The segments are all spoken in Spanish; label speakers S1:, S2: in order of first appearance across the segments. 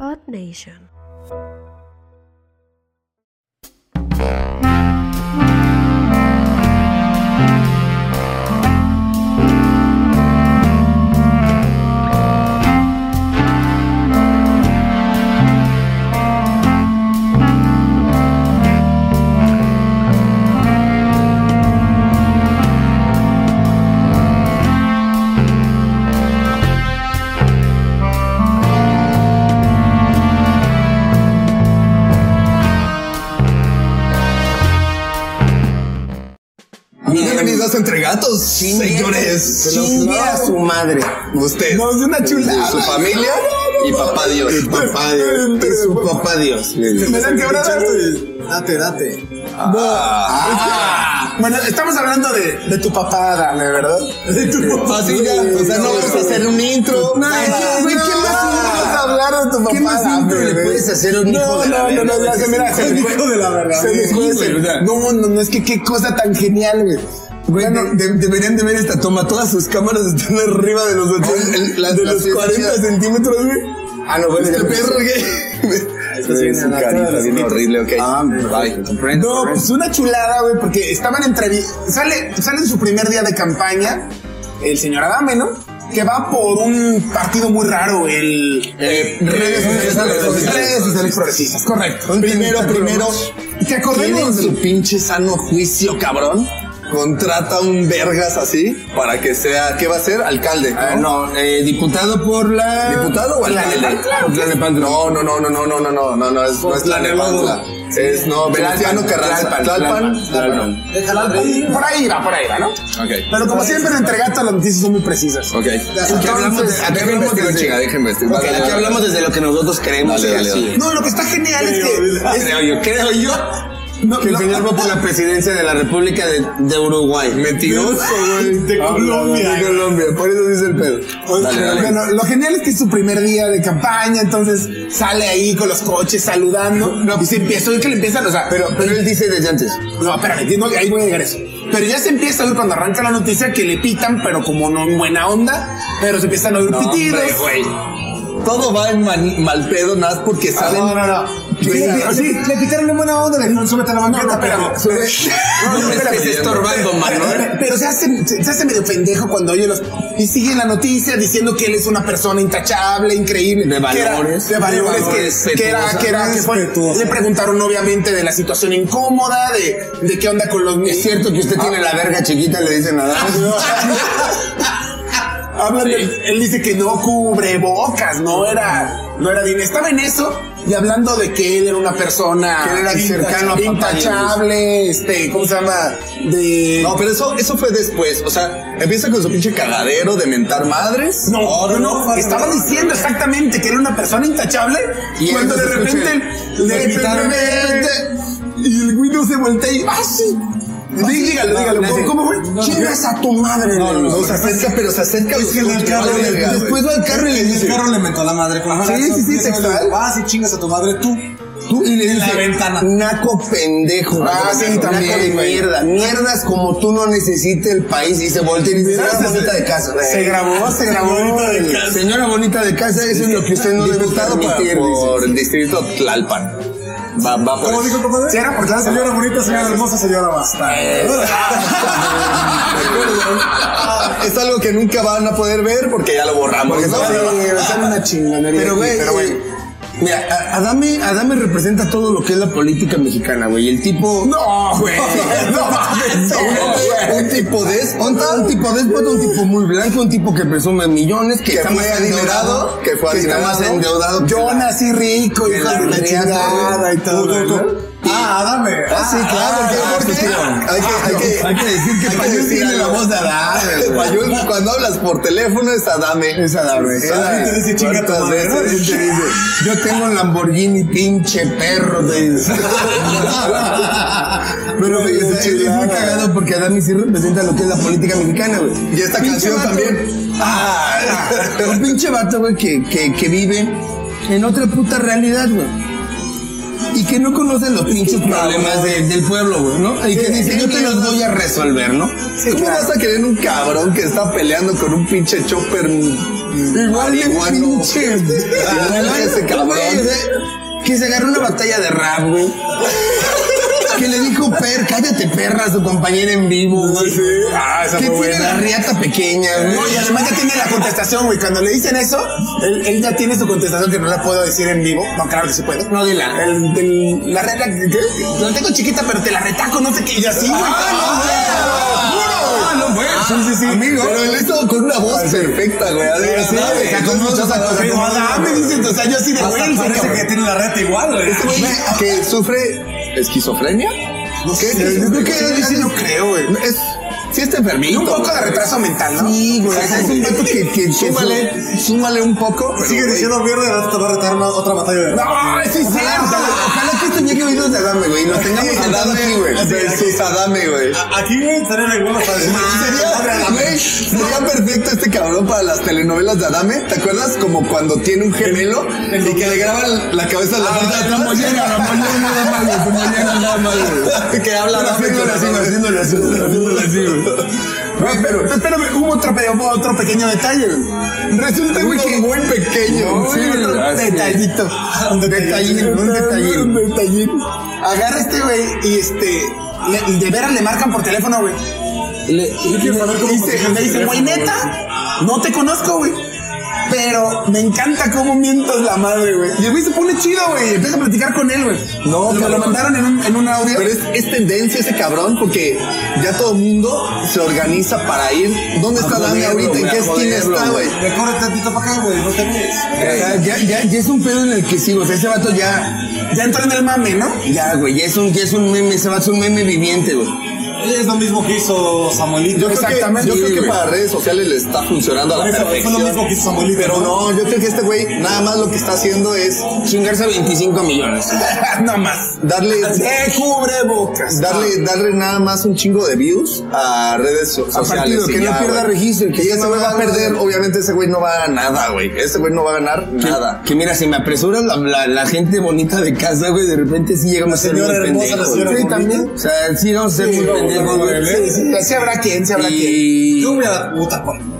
S1: Earth Nation.
S2: Bienvenidos a entre gatos, señores.
S3: Chingue a su madre.
S2: Usted.
S3: No, es una chulada.
S2: Y Su familia y papá Dios.
S3: Y papá Dios.
S2: Y su papá Dios.
S3: Me dan quebradas.
S2: Date, date. Ah.
S3: No. Bueno, estamos hablando de, de tu papá, Dame, ¿verdad? De tu papá.
S2: Así ya, o sea, no vamos a hacer un intro.
S3: No,
S2: nada.
S3: es que, güey, ¿qué más
S2: Nada.
S3: intro vas a hablar de tu papá?
S2: ¿Qué más
S3: Dame,
S2: intro le
S3: güey?
S2: puedes hacer a un hijo
S3: no,
S2: de la
S3: no, No,
S2: verga?
S3: no, no, se- mira, se
S2: Un
S3: les-
S2: hijo de la verga.
S3: Se les
S2: Sí,
S3: puede
S2: güey, o sea.
S3: No, no, no, es que qué cosa tan genial, güey.
S2: Güey,
S3: Bueno,
S2: de- de- deberían de ver esta toma. Todas sus cámaras están arriba de los, ochenta-
S3: el- la-
S2: de
S3: la
S2: los
S3: ciencia.
S2: 40 centímetros, güey.
S3: Ah, no, bueno,
S2: Este
S3: ya-
S2: perro, güey.
S3: Es que sí,
S2: Su
S3: nada,
S2: carita
S3: todas las
S2: bien
S3: fotos.
S2: horrible, ok.
S3: Ah,
S2: Bye.
S3: No, pues una chulada, güey, porque estaban entrevistando. Sale, sale en su primer día de campaña el señor Adame, ¿no? Que va por un partido muy raro, el.
S2: Eh,
S3: redes sociales progresistas. Redes sociales progresistas, correcto.
S2: Primero, primero,
S3: ¿Te
S2: Tiene
S3: acordemos?
S2: su pinche sano juicio, cabrón. Contrata un vergas así para que sea. ¿Qué va a ser? Alcalde. No, Ah,
S4: No, eh, diputado por la.
S2: ¿Diputado o alcalde?
S4: Tlalnepantla.
S2: No, no, no, no, no, no, no, no, no, no, es, no es la Es, no, Venustiano Carranza. Tlalpan. Tlalpan.
S3: Por ahí va, por ahí va, ¿no?
S2: Ok.
S3: Pero como siempre, en Entregato las noticias son muy precisas.
S2: Ok.
S4: Aquí hablamos de- aquí hablamos de-
S2: Déjenme este,
S4: Ok, aquí hablamos desde lo que nosotros creemos
S2: Dale,
S4: que
S2: dale,
S4: así
S2: dale.
S3: No, lo que está genial es que. es-
S4: Creo yo, creo yo.
S3: no,
S4: Que el
S3: no-
S4: señor va por la presidencia de la República de, de Uruguay.
S2: Mentiroso, Ah, güey.
S3: De Colombia.
S2: De Colombia. Por eso dice el pedo.
S4: Pues,
S3: O sea,
S2: Dale, dale.
S3: pues, Bueno, lo genial es que es su primer día de campaña, entonces sale ahí con los coches saludando. y se empieza a oír que le empiezan, o sea, pero,
S4: Pero él dice desde antes.
S3: no, espérame, no, ahí voy a llegar a eso. Pero ya se empieza a oír cuando arranca la noticia que le pitan, pero como no en buena onda, pero se empiezan a oír pitidos.
S2: Hombre, güey. Todo va en man- mal pedo, nada más porque
S3: Ah,
S2: saben.
S3: No, no, no. Sí,
S2: Güey,
S3: le-
S2: así.
S3: le, le pitaron en buena onda, le dijeron, súbete a la banqueta, pero...
S2: sube.
S3: No,
S2: No
S3: no,
S2: me
S3: espérame.
S2: estés estorbando,
S3: Pero-
S2: Manuel.
S3: Pero, pero se, hace, se, se hace medio pendejo cuando oye los... Y sigue la noticia diciendo que él es una persona intachable, increíble.
S2: De
S3: que era-
S2: valores.
S3: de valores,
S2: De valores,
S3: que, que era... Que era que fue-
S2: respetuosa.
S3: le preguntaron obviamente de la situación incómoda, de, de qué onda con los...
S4: Es cierto que usted tiene la verga chiquita, le dicen a Adán.
S3: Ah, Hablan del- él dice que no cubre bocas, no era, no era bien. Estaba en eso y hablando de que él era una persona
S4: Que él era
S3: intacha-
S4: cercano a Papá
S3: intachable, este, ¿cómo se llama? De
S2: No, pero eso, eso fue después. O sea, empieza con su pinche cagadero de mentar madres.
S3: No, no, no, estaba diciendo exactamente que era una persona intachable
S2: Y
S3: cuando de
S2: entonces
S3: repente
S2: escuché,
S3: le-
S2: "Me
S3: de
S2: invitaron".
S3: repente, y el güey no se voltea y ¡ah, sí! dígalo, dígalo, ¿cómo, cómo fue?
S4: Chingas
S3: a tu madre!
S2: No, no, no, se acerca, pero se acerca.
S4: Es que en el carro le- después
S2: va al carro y le
S4: El carro le mentó a la madre.
S3: Sí, sí, sí, sexual.
S4: Ah, sí, chingas a tu madre tú.
S2: Tú y le
S4: la
S2: dice,
S4: ventana.
S2: Naco pendejo.
S3: Ah,
S2: naco
S3: sí,
S2: pendejo,
S3: también,
S2: naco de
S3: güey.
S2: mierda. Mierdas como tú no necesita el país y se voltea y dice,
S3: Mira,
S2: señora
S3: se-
S2: bonita de casa. güey.
S3: se grabó, se grabó.
S2: Señora bonita de casa. Señora bonita de casa, eso es lo que usted no debe
S4: Diputado para-
S2: permitir.
S4: por
S2: el distrito Tlalpan. Va, va por
S4: dijo, compadre?
S3: Sí, era por clase.
S4: Señora bonita, señora hermosa, señora basta.
S2: Es algo que nunca van a poder ver porque ya lo borramos.
S3: Porque
S2: ¿no?
S3: son- sí, son una chingonería.
S4: Pero, güey,
S3: Pero bueno.
S4: eh, mira, a- Adame, Adame representa todo lo que es la política mexicana, güey. El tipo.
S3: No, güey. No, mames, no, güey.
S2: Un tipo
S4: Un,
S2: déspota,
S4: un tipo déspota, un tipo muy blanco, un tipo que presume millones, que,
S2: que
S4: está
S2: fue
S4: más
S2: adinerado,
S4: endeudado,
S2: que fue
S4: está
S2: adinerado.
S4: más endeudado.
S3: Yo nací rico, hijo de la chingada y todo.
S4: Ah, Adame.
S2: Ah, sí, claro,
S4: ah,
S2: que-
S4: ah,
S2: porque
S4: sí, claro.
S2: hay que- hay que-
S4: Hay que decir que
S2: hay que
S4: Payún
S2: decir
S4: tiene
S2: algo.
S4: la voz de Adame. güey.
S2: Payún, cuando hablas por teléfono es Adame.
S4: Es Adame.
S2: Es
S4: Adame te dice, "Chinga tu
S2: ¿Cuántas
S4: madre", ¿no?
S2: veces?
S4: Y te dice, Yo tengo un Lamborghini, pinche perro. te dice. Pero güey, o sea, es, es muy cagado porque Adame sí representa lo que es la política mexicana, güey.
S2: Y esta
S4: Pinche
S2: canción
S4: vato.
S2: también.
S4: Ah, un pinche vato, güey, que, que, que vive en otra puta realidad, güey. Y que no conoce los pinches problemas de- del pueblo, güey, ¿no? Y que dice, yo te los voy a resolver, ¿no?
S2: ¿Cómo vas a querer un cabrón que está peleando con un pinche chopper
S4: Igual de
S2: marihuano.
S4: pinche.
S2: Igual que ese cabrón.
S4: Güey, o sea, que se agarró una batalla de rap, güey. Que le dijo, per, cállate perra, a su compañera en vivo, güey.
S3: Ah, esa
S4: Que
S3: fue
S4: tiene
S3: buena.
S4: la riata pequeña, güey.
S3: No, y además ya tiene la contestación, güey. Cuando le dicen eso, él, él ya tiene su contestación que no la puedo decir en vivo. No, claro que sí puede.
S4: No, dila.
S3: El, el- la regla que que- la tengo chiquita, pero te la retaco, no sé qué. Y así, güey. ah,
S4: Ah, no, bueno. Sí, sí, sí. Amigo.
S2: Pero él hizo con una voz perfecta, güey. Así, así,
S4: Adame,
S2: sacó
S4: no,
S2: muchas
S4: no,
S2: cosas.
S3: Pero Adame, dices, o sea, yo así de güey, no sé qué, güey.
S1: tiene la red igual, güey.
S2: Este güey que sufre esquizofrenia. No sé.
S3: Yo creo que
S2: sí,
S3: yo sí no creo, güey.
S2: Es, sí está enfermito.
S3: Un poco de
S2: güey.
S3: retraso mental, ¿no?
S4: Sí, güey.
S2: O sea, es un vato que, que- que
S4: Súmale.
S2: su- súmale un poco. pero,
S1: Sigue
S2: güey,
S1: diciendo mierda y ahora te va a retar una- otra batalla de rap.
S3: No, sí es cierto.
S4: Ojalá,
S2: Ah.
S4: ojalá
S2: este
S4: que esto llegue oídos de Adame, güey. y Nos tengamos sentados
S2: Adame,
S4: aquí,
S2: güey.
S4: güey.
S2: Versus Adame, güey.
S1: A- Aquí, güey, sería la igual para decir.
S2: pues,
S3: Ah,
S2: Sería, güey, sería perfecto este cabrón para las telenovelas de Adame. ¿Te acuerdas? Como cuando tiene un gemelo y que le graban la cabeza a
S3: Ah,
S2: la parte de atrás.
S4: la mollera nada más, güey. Su mollera nada más, güey.
S2: Que habla Adame
S4: Haciéndole así,
S2: con
S4: güey,
S2: Adame.
S4: haciéndole así, güey, haciéndole así, güey.
S3: Güey, pero espérame, hubo otro, pe- hubo otro pequeño detalle. güey. Resulta
S2: Uy,
S3: güey,
S2: qué
S3: que
S2: buen pequeño.
S3: Uy,
S4: Sí,
S3: otro
S4: así es.
S3: detallito.
S4: Un detallín, un detallín.
S3: Un detallín. Agarra este güey y este. le- y de veras le marcan por teléfono, güey.
S4: Le-
S3: Y se- me dicen, güey, neta, no te conozco, güey. Pero me encanta cómo mientas la madre, güey. Y el güey se pone chido, güey. y Empieza a platicar con él, güey.
S2: No,
S3: me lo
S2: cabrón.
S3: mandaron en un, en un audio.
S2: Pero es, es tendencia ese cabrón porque ya todo el mundo se organiza para ir. ¿Dónde está Adame
S4: joderlo,
S2: ahorita? ¿En
S4: güey, Eh,
S2: qué
S4: a
S2: esquina
S4: joderlo,
S2: está, güey?
S1: Recorre tantito para acá, güey, no te mires.
S4: O sea, ya, ya, ya es un pedo en el que sí, o sea, ese vato ya,
S3: Ya entró en el mame, ¿no?
S4: ya, güey, ya es un, ya es un meme, ese vato es un meme viviente, güey.
S1: Es lo mismo que hizo Samuelito.
S2: Yo creo que-
S3: Exactamente,
S2: yo creo que
S4: güey.
S2: para redes sociales le está funcionando a la
S1: Eso- eso es lo mismo
S2: perfección.
S1: que hizo Samuelito.
S2: Pero no, yo creo que este güey nada más lo que está haciendo es
S4: Chingarse 25 millones.
S3: no más.
S2: darle
S3: De cubrebocas.
S2: darle, darle nada más un chingo de views a redes so- sociales.
S4: partido,
S2: y
S4: que no
S2: ya,
S4: pierda
S2: güey.
S4: registro, que
S2: Y
S4: ya
S2: ese
S4: no
S2: güey va a
S4: haga
S2: perder,
S4: nada.
S2: obviamente ese güey no va a nada, güey. Ese güey no va a ganar nada.
S4: Que mira, si me apresura la, la, la gente bonita de casa, güey, de repente sí llegamos a ser muy
S1: señora hermosa, la
S4: pendejos.
S1: señora
S4: güey.
S1: bonita.
S4: O sea, sí llegamos a ser muy pendejos, güey.
S3: Sí, sí, sí habrá quien, sí habrá quien.
S4: Y... Ah,
S1: Yo voy a Ah, puta con.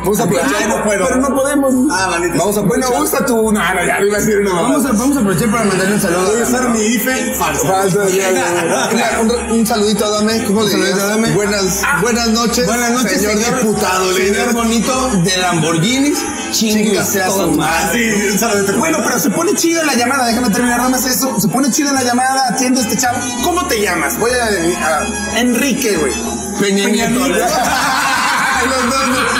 S2: Vamos a aprovechar.
S1: Ay, no puedo.
S3: Pero no podemos.
S1: Ah, maldita.
S2: Vamos a
S3: Bueno,
S2: aprovechar.
S3: usa tu. No, no, ya iba a decir una mamada.
S4: Vamos a, vamos a aprovechar para mandarle un saludo.
S1: Voy a usar mi IFE falso.
S3: Falso, ya, ya,
S2: Mira, un, un saludito a Dame. ¿Cómo le
S4: saludito
S2: dirías?
S4: a Adame.
S2: Buenas, buenas noches.
S4: Buenas noches,
S2: señor, diputado. le
S4: Señor
S2: dirías.
S4: bonito de Lamborghinis, chinga
S2: Chinga
S4: sea
S2: todo,
S4: su madre.
S1: Ah, sí, un saludito.
S3: Bueno, pero se pone chido la llamada, déjame terminar nada más eso. Se pone chido la llamada, atiende este chavo. ¿Cómo te llamas? Voy a. a- Enrique, güey.
S4: Peña Nieto.
S3: Nieto.
S2: Los dos,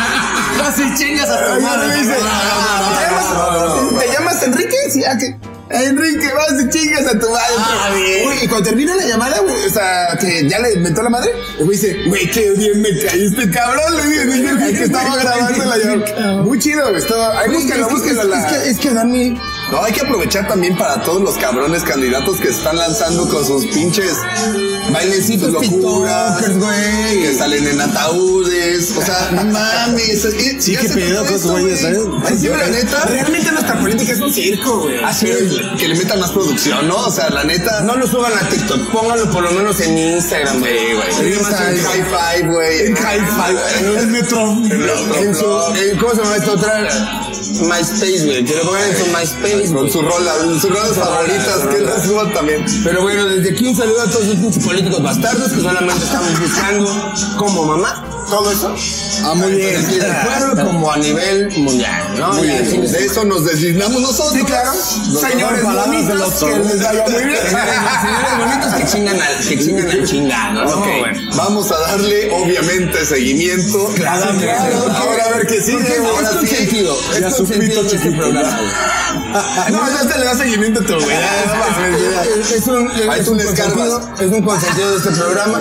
S1: Casi chingas a tu
S3: Ay, no,
S1: madre.
S3: dice, Ah, ¿Te llamas- ¿Te llamas Enrique? Sí, ¿a qué? Enrique, vas y chingas a tu madre.
S1: Ah, bien.
S3: Güey, y cuando termina la llamada, güey, o sea, que ya le inventó la madre, el güey dice, güey, qué bien me caíste, cabrón. Le dije, dije, "Ay, que estaba grabando la llamada. Muy chido, güey. estaba- Ay, búscalo,
S4: Es que-
S3: búscalo. la-
S4: Es que, es que Dami
S2: No, hay que aprovechar también para todos los cabrones candidatos que están lanzando con sus pinches bailecitos locuras.
S4: TikTokers, güey.
S2: Que salen en ataúdes. O sea, no mames. Sí,
S1: qué pedo con esos güeyes, ¿eh?
S2: Sí, la neta.
S3: Realmente nuestra política es un circo, güey.
S2: pero Que le metan más producción, ¿no? O sea, la neta.
S4: No lo suban a TikTok, pónganlo por lo menos en Instagram, güey.
S2: Sí, güey.
S4: Sí,
S2: Sí,
S4: más
S2: en
S4: en-
S2: high five, güey. En
S1: En un metro.
S4: En su, en- ¿Cómo se llama esta otra? MySpace, güey. Que lo pongan en su MySpace,
S2: Con
S4: güey.
S2: sus rolas, sus rolas favoritas, que las suban también.
S4: Pero bueno, desde aquí un saludo a todos esos pinches políticos bastardos que solamente estamos buscando como mamá.
S3: Todo eso.
S4: A muy bien. pueblo como a nivel mundial, ¿no?
S2: Muy
S4: Ya,
S2: bien.
S4: chingues.
S2: De eso nos deslindamos nosotros.
S3: Sí, claro. Señores
S1: palabras del
S3: bonitos,
S1: otro.
S3: que les vaya muy bien.
S4: Señores bonitos que chingan al, que chingan al chingado, ¿no?
S2: Ok,
S4: güey?
S2: vamos a darle obviamente seguimiento.
S4: Claro,
S2: Sí,
S4: claro,
S2: Ahora a ver qué sigue.
S4: Porque
S2: ahora
S4: es
S2: sí.
S4: consentido.
S2: Ya
S4: Es
S2: su
S4: consentido
S2: pito
S4: este
S2: chiquito,
S4: programa,
S2: ya.
S4: güey.
S2: ah,
S3: No, ya te le da seguimiento a tu güey.
S4: Es es un, es,
S2: Ahí
S4: es
S2: tú
S4: un
S2: le
S4: consentido,
S2: Ah, escarbas.
S4: es un consentido de este programa.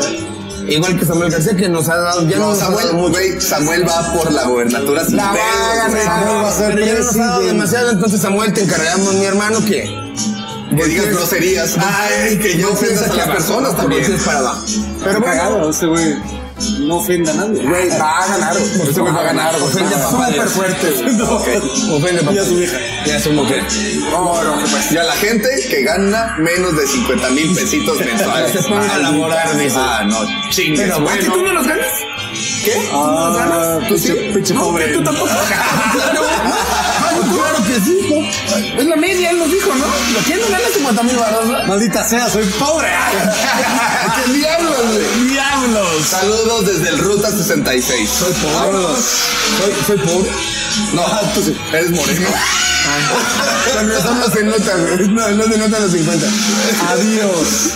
S4: Igual que Samuel García, que nos ha dado. Ya
S2: No,
S4: nos ha
S2: Samuel,
S4: dado mucho.
S2: güey, Samuel va por la gobernatura sin
S3: La va a
S2: pedos, güey.
S3: ganar.
S4: Pero ya nos ha dado demasiado, entonces Samuel te encargamos, mi hermano, que.
S2: Que digas groserías. Ay, que yo pienso a las personas
S4: Porque
S2: también.
S4: es para abajo.
S3: Pero bueno,
S1: Cagado, ese güey. No ofenda a nadie.
S3: güey, va a ganar. güey. Ese güey va a ganar, güey.
S4: Ofende a papá
S3: Súper
S4: Dios.
S3: fuerte. güey.
S4: Ofende, papá.
S1: Y a su vieja.
S4: Y a su mujer.
S3: No, no, pues.
S2: Y a la gente que gana menos de 50 mil pesitos mensuales.
S4: Se ponga a laborar, dice.
S2: Ah, no, chingues.
S4: Pero
S2: bueno.
S3: ¿A ti tú no los ganas? ¿Qué? ¿Somos manzanas? Pues sí.
S1: Ah, pinche- pinche
S3: No,
S1: pobre.
S3: ¿qué? tú tampoco. Claro. Ay, claro que sí, ¿no? Es la media, él nos dijo, ¿no? Lo que él no gana es 50 mil baros.
S1: Maldita sea, soy pobre.
S2: ¡Qué diablos, güey!
S1: ¡Diablos!
S2: Saludos desde el Ruta 66. Soy pobre. Soy, pobre. No, tú sí, eres moreno. Ah. Cuando estamos en nota, güey. No, no se notan los 50.
S1: Adiós.